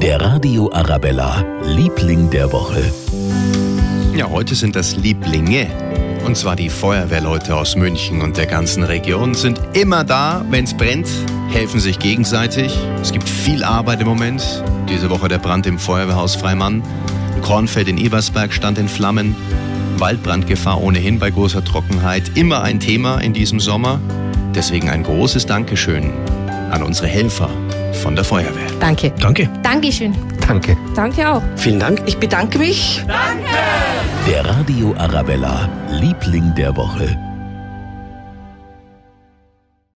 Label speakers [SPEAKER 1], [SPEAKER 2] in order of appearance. [SPEAKER 1] Der Radio Arabella, Liebling der Woche.
[SPEAKER 2] Ja, heute sind das Lieblinge. Und zwar die Feuerwehrleute aus München und der ganzen Region sind immer da, wenn es brennt, helfen sich gegenseitig. Es gibt viel Arbeit im Moment. Diese Woche der Brand im Feuerwehrhaus Freimann. Kornfeld in Ebersberg stand in Flammen. Waldbrandgefahr ohnehin bei großer Trockenheit. Immer ein Thema in diesem Sommer. Deswegen ein großes Dankeschön an unsere Helfer von der Feuerwehr.
[SPEAKER 3] Danke.
[SPEAKER 4] Danke.
[SPEAKER 3] Dankeschön.
[SPEAKER 4] Danke.
[SPEAKER 3] Danke auch.
[SPEAKER 4] Vielen Dank.
[SPEAKER 3] Ich bedanke mich.
[SPEAKER 1] Der Radio Arabella, Liebling der Woche.